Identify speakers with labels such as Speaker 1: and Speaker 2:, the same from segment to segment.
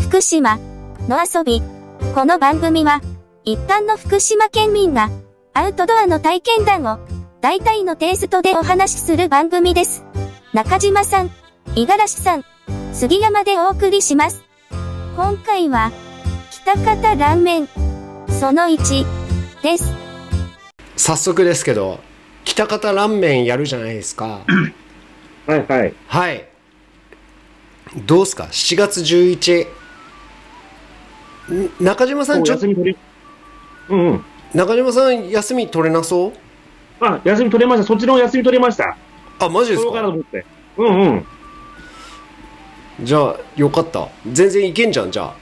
Speaker 1: 福島の遊び。この番組は、一般の福島県民が、アウトドアの体験談を、大体のテイストでお話しする番組です。中島さん、五十嵐さん、杉山でお送りします。今回は、北方ラーメン、その1、です。
Speaker 2: 早速ですけど北方ラーメンやるじゃないですか
Speaker 3: はいはい。
Speaker 2: はいどうっすか7月11ん中島さ
Speaker 3: も
Speaker 2: ん
Speaker 3: う
Speaker 2: ちょっ
Speaker 3: 休
Speaker 2: と
Speaker 3: み取れ、うんうん。
Speaker 2: 中島さん休み取れなそう
Speaker 3: あ、休み取れました。そっちの休み取れました。
Speaker 2: あマジで
Speaker 3: 取
Speaker 2: す
Speaker 3: ろうかなと
Speaker 2: か
Speaker 3: 思って。うんうん。
Speaker 2: じゃあよかった全然いけんじゃんじゃ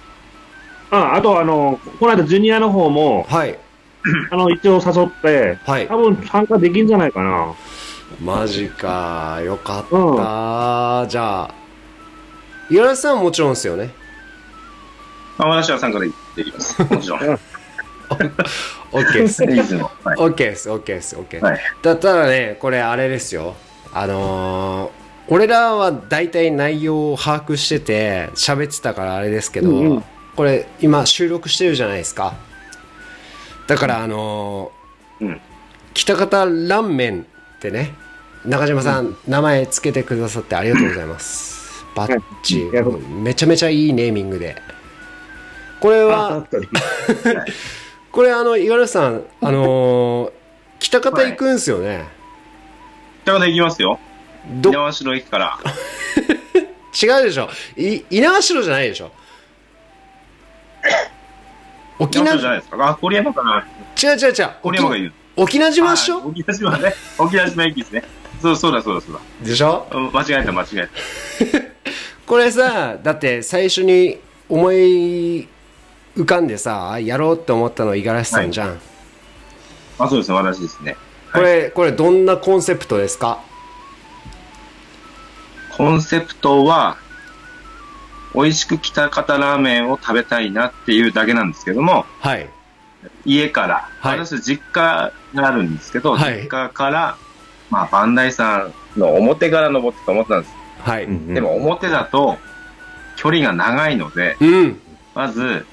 Speaker 3: あ、あとあの、この間ジュニアの方も、
Speaker 2: あはい
Speaker 3: あの、一応誘って、
Speaker 2: はい
Speaker 3: 多分参加できんじゃないかな。
Speaker 2: マジかよかった、じゃあ五十嵐さんはもちろんですよね
Speaker 4: まあ、私は参加できます。もちろん。い
Speaker 2: OK です
Speaker 4: つも。はい。
Speaker 2: OK です、OK です、OK。
Speaker 4: はい
Speaker 2: だただね、これあれですよ。あのー俺らは大体内容を把握してて、喋ってたからあれですけど、
Speaker 3: うんうん
Speaker 2: これ今収録してるじゃないですか。だからあのー
Speaker 4: うん
Speaker 2: 北方ラーメンってね、中島さん、名前つけてくださってありがとうございます。バッチ
Speaker 3: いやどう
Speaker 2: リ
Speaker 3: も
Speaker 2: めちゃめちゃいいネーミングで。これは、
Speaker 3: あ、確か
Speaker 2: これあの五十嵐さんあのー、北方行くんすよね、
Speaker 4: 北方行きますよ。
Speaker 2: ど
Speaker 4: 猪
Speaker 2: 違
Speaker 4: 苗代駅から。
Speaker 2: うでしょい猪苗代じゃないでしょ沖
Speaker 4: 沖
Speaker 2: 縄
Speaker 4: 縄じゃないですか。あ、郡山かな。
Speaker 2: 違う違う違う
Speaker 4: 郡山がいる。
Speaker 2: 沖縄島っし
Speaker 4: あ
Speaker 2: ょ
Speaker 4: 沖縄島ね。沖縄島駅ですね。そう、そうだ、そうだ、そうだ。
Speaker 2: でしょ
Speaker 4: うん間違えた、間違え
Speaker 2: これさだって最初に思い浮かんでさやろうって思ったの五十嵐さんじゃん、
Speaker 4: た。あ、そうですね、私ですね。
Speaker 2: これこれどんなコンセプトですか
Speaker 4: コンセプトは、美味しく北方ラーメンを食べたいなっていうだけなんですけども、
Speaker 2: はい
Speaker 4: 家から、
Speaker 2: はい
Speaker 4: 私実家があるんですけど、
Speaker 2: はい
Speaker 4: 実家から、まあ、磐梯山の表から登ってと思ってたんです
Speaker 2: はい、う
Speaker 3: に
Speaker 2: ん、。
Speaker 4: でも表だと距離が長いので、
Speaker 2: うん
Speaker 4: まず、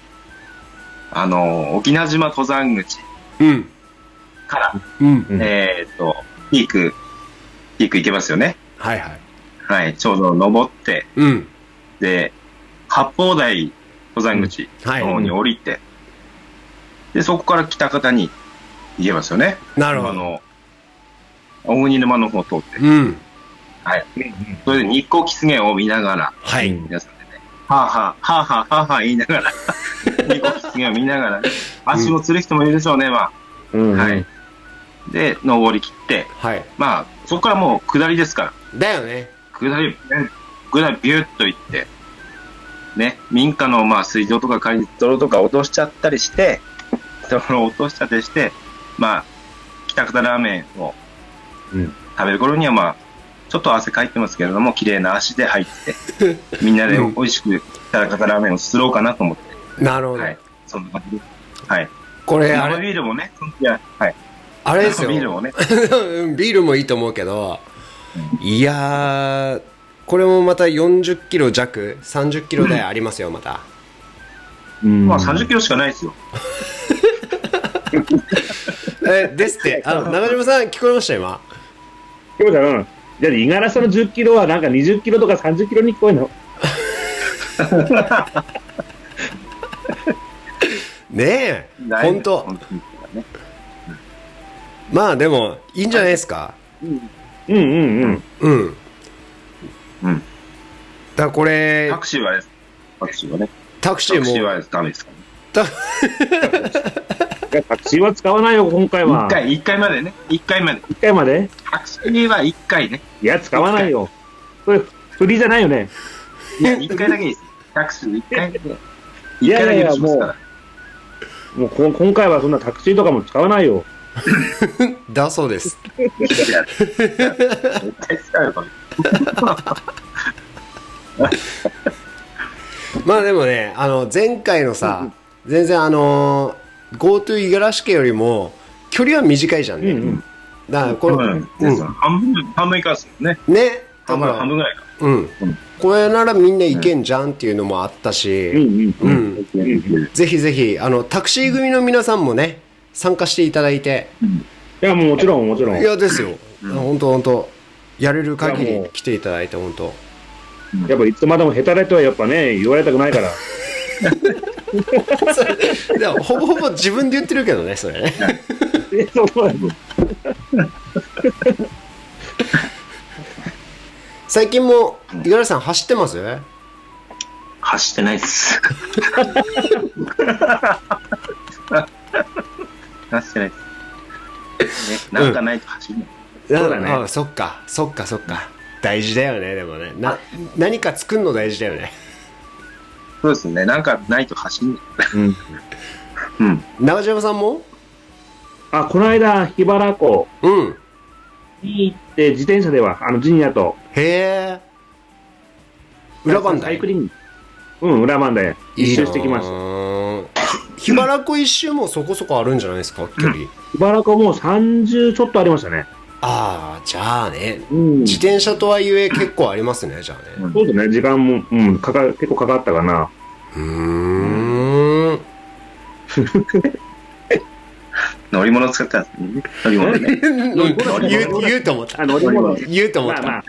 Speaker 4: あの、沖縄島登山口
Speaker 2: うん
Speaker 4: から、
Speaker 2: うん
Speaker 3: うん
Speaker 4: えーっと、ピーク、ピーク行けますよね。
Speaker 2: はいはい
Speaker 4: はい、ちょうど登って、
Speaker 2: うん
Speaker 4: で、八方台登山口
Speaker 2: は
Speaker 4: の方に
Speaker 2: い
Speaker 4: 降りて、で、そこから北方に行けますよね。
Speaker 2: な
Speaker 4: あ
Speaker 2: るほど
Speaker 4: の、大国沼の方を通って、
Speaker 2: うん
Speaker 4: はい。それで日光キスゲを見ながら、
Speaker 2: はい、
Speaker 3: うん
Speaker 4: 皆さんでね、はあ、はあ、はあはあはあはあ言いな がら、ニコキスを見ながらね、足もつる人もいるでしょうね、ま
Speaker 3: うん
Speaker 4: あ。
Speaker 3: うん。
Speaker 4: はい。。で、登り切って、
Speaker 2: はい
Speaker 4: まあ、そこからもう下りですから、
Speaker 2: だよね
Speaker 4: 下り、下りビュッと行って、ね、民家のまあ水道とか借り泥とか落としちゃったりして、泥を落としちゃったりして、まあ、北方ラーメンを
Speaker 3: うん
Speaker 4: 食べる頃にはまあ、ちょっと汗かいてますけれども、綺麗な足で 入って、みんなで美味しく北方ラーメンをすろうかなと思って、
Speaker 2: なるほど、
Speaker 4: はい、そんな感じです。はい。
Speaker 2: これあ
Speaker 4: 生
Speaker 2: れ
Speaker 4: ビールもね、いや、はい。
Speaker 2: あれですよ
Speaker 4: 生ビールもね、
Speaker 2: うん ビールもいいと思うけどいやーこれもまた40キロ弱30キロ台ありますよまた
Speaker 3: うん。
Speaker 4: まあ30キロしかないですよ。
Speaker 2: えですってあの中島さん聞こえました今
Speaker 3: 今日だな。じゃあ、五十嵐さんの10キロはなんか20キロとか30キロに聞こえんの。
Speaker 2: ねえ
Speaker 4: ない
Speaker 2: 本当
Speaker 4: 本当にね
Speaker 2: まあでもいいんじゃないですか
Speaker 3: うんうんうん。
Speaker 2: うん
Speaker 4: うん
Speaker 2: だからこれ
Speaker 4: タクシーはあれです。タクシーはね。
Speaker 2: タクシ
Speaker 4: タ
Speaker 2: ー
Speaker 4: クシー
Speaker 2: も
Speaker 4: はダメですかね。
Speaker 3: いやタクシーは使わないよ、今回は。
Speaker 4: 一。回、一回までね。一回まで。
Speaker 3: 一回まで
Speaker 4: タクシーは一回ね。
Speaker 3: いや、使わないよ。それ、フリーじゃないよね。
Speaker 4: いや、一回だけいいです。タクシー一回だけ。
Speaker 3: い
Speaker 4: 一
Speaker 3: や
Speaker 4: 回
Speaker 3: いや
Speaker 4: だ
Speaker 3: い
Speaker 4: け
Speaker 3: や
Speaker 4: 許しますから。
Speaker 3: もうこ今回はそんなタクシーとかも使わないよ。
Speaker 2: だそうです
Speaker 4: いや絶対使うよ、これ。
Speaker 2: まあでもねあの前回のさ全然あのー GoTo 五十嵐家よりも距離は短いじゃん
Speaker 3: うん
Speaker 2: ね、
Speaker 3: うん。
Speaker 2: だからこの、
Speaker 4: うん。半分、半分以下ですよね。
Speaker 2: ね
Speaker 4: 半分
Speaker 2: だから
Speaker 4: 半分ぐらいか。
Speaker 2: うん
Speaker 4: うん
Speaker 2: これならみんないけんじゃんっていうのもあったし、
Speaker 3: うんうん。
Speaker 2: うんぜひぜひあのタクシー組の皆さんもね参加していただいて、
Speaker 3: いや、もうもちろん、もちろん。
Speaker 2: い
Speaker 3: いや、
Speaker 2: やですよ、
Speaker 4: うん
Speaker 2: 本当本当やれる限
Speaker 3: いやも
Speaker 2: り
Speaker 3: う
Speaker 2: 来ていただいて本当
Speaker 3: やっぱいつまでもヘタレとはやっぱね、言われたくない から。
Speaker 2: いやほぼほぼ自分で言ってるけどねそれね
Speaker 3: えそうなんだ
Speaker 2: 最近も五十嵐さん走ってます
Speaker 4: 走ってないです。走ってないです。ね、なんかないと走れない。
Speaker 2: そう
Speaker 3: だね
Speaker 2: そっかそっかそっか大事だよねでもねな何か作るの大事だよね
Speaker 4: そうですね、なんかないと走んない。
Speaker 3: うん。
Speaker 4: うん。
Speaker 2: 長島さんも
Speaker 3: あ、この間、桧原湖
Speaker 2: うん
Speaker 3: に行って、自転車では、あの、ジニアと。
Speaker 2: へえ裏番
Speaker 3: サ
Speaker 2: 台
Speaker 3: イクリング。うん、裏番台。一周してきました。
Speaker 2: た桧原湖一周もそこそこあるんじゃないですか距離、
Speaker 3: 桧原湖もう30ちょっとありましたね。
Speaker 2: ああじゃあね
Speaker 3: うん。
Speaker 2: 自転車とはいえ結構ありますねじゃあね
Speaker 3: そうですね、時間も、うん、かか、結構かかったかな。
Speaker 2: うーん
Speaker 4: 乗り物使ったんですね。乗り物ね。
Speaker 2: 言う言うと思った
Speaker 3: あ、乗り物。
Speaker 2: 言うと思っ
Speaker 3: まあ
Speaker 2: た、
Speaker 3: まあ。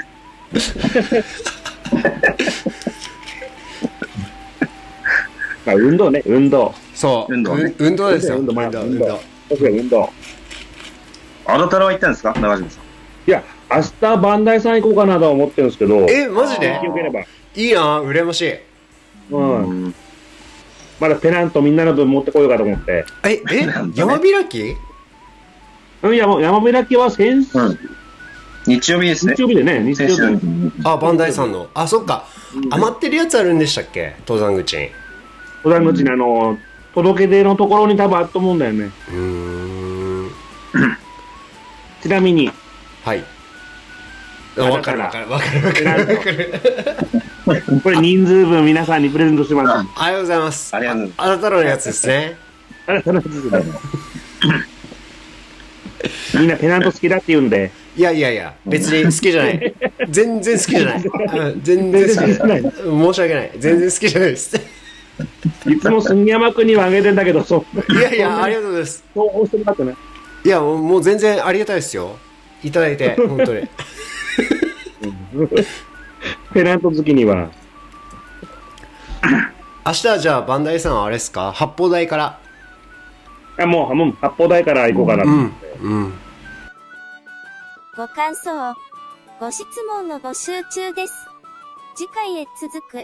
Speaker 3: まあ、運動ね、運動。
Speaker 2: そう
Speaker 4: 運動ね
Speaker 2: う運動ですよ
Speaker 3: 運動
Speaker 2: 運
Speaker 3: 運
Speaker 2: 動
Speaker 3: 動
Speaker 2: 運動
Speaker 3: 確かに運動。
Speaker 4: あなたらは行ったんですか長島さん。
Speaker 3: いや、明日、バンダイさん行こうかなとは思ってるんですけど、
Speaker 2: えマジで
Speaker 3: 天気良ければ。
Speaker 2: いいな羨ましいえ
Speaker 3: うん。
Speaker 4: ん。
Speaker 3: まだペナントみんなの分持ってこようかと思って。
Speaker 2: え
Speaker 4: なんだ
Speaker 2: 山
Speaker 4: ね
Speaker 2: 開き
Speaker 3: うん、山、山開きは先、
Speaker 4: うん日曜日ですね
Speaker 3: 日。曜日でね、日
Speaker 4: 先
Speaker 3: 曜
Speaker 4: 週
Speaker 3: 日。
Speaker 4: の
Speaker 3: うん
Speaker 2: あバンダイさんのあそっか余ってるやつあるんでしたっけ登山口に
Speaker 3: 登山口にあの、届け出のところに多分あると思うんだよね。
Speaker 2: うーん
Speaker 3: ちなみに、
Speaker 2: はいあ
Speaker 3: あ
Speaker 2: わかるわ
Speaker 3: だ
Speaker 2: か
Speaker 3: か
Speaker 2: るわかるわか
Speaker 3: ペ
Speaker 2: る
Speaker 3: ナ ント。これ人数分皆さんにプレゼントし ます。
Speaker 2: ありがとうございます
Speaker 4: ありがとうござい
Speaker 2: あなたのやつですね
Speaker 3: あれ、楽しみだねみんなペナント好きだって言うんで。
Speaker 2: いやいやいや、別に好きじゃない。全然好きじゃない。うん全然好きじゃない。申し訳ない。全然好きじゃないです。
Speaker 3: いつも杉山君にはあげてんだけど、そう、
Speaker 2: いやいや、ありがとうございます。
Speaker 3: そうしてもらってね。
Speaker 2: いや、もうもう全然ありがたいですよ。いただいて、本当に。
Speaker 3: ペナント好きには。
Speaker 2: 明日はじゃあ、バンダイさんはあれですか八方台から。
Speaker 3: あもう、もう、八方台から行こうかな。
Speaker 2: うん。うん。
Speaker 1: ご感想、ご質問の募集中です。次回へ続く。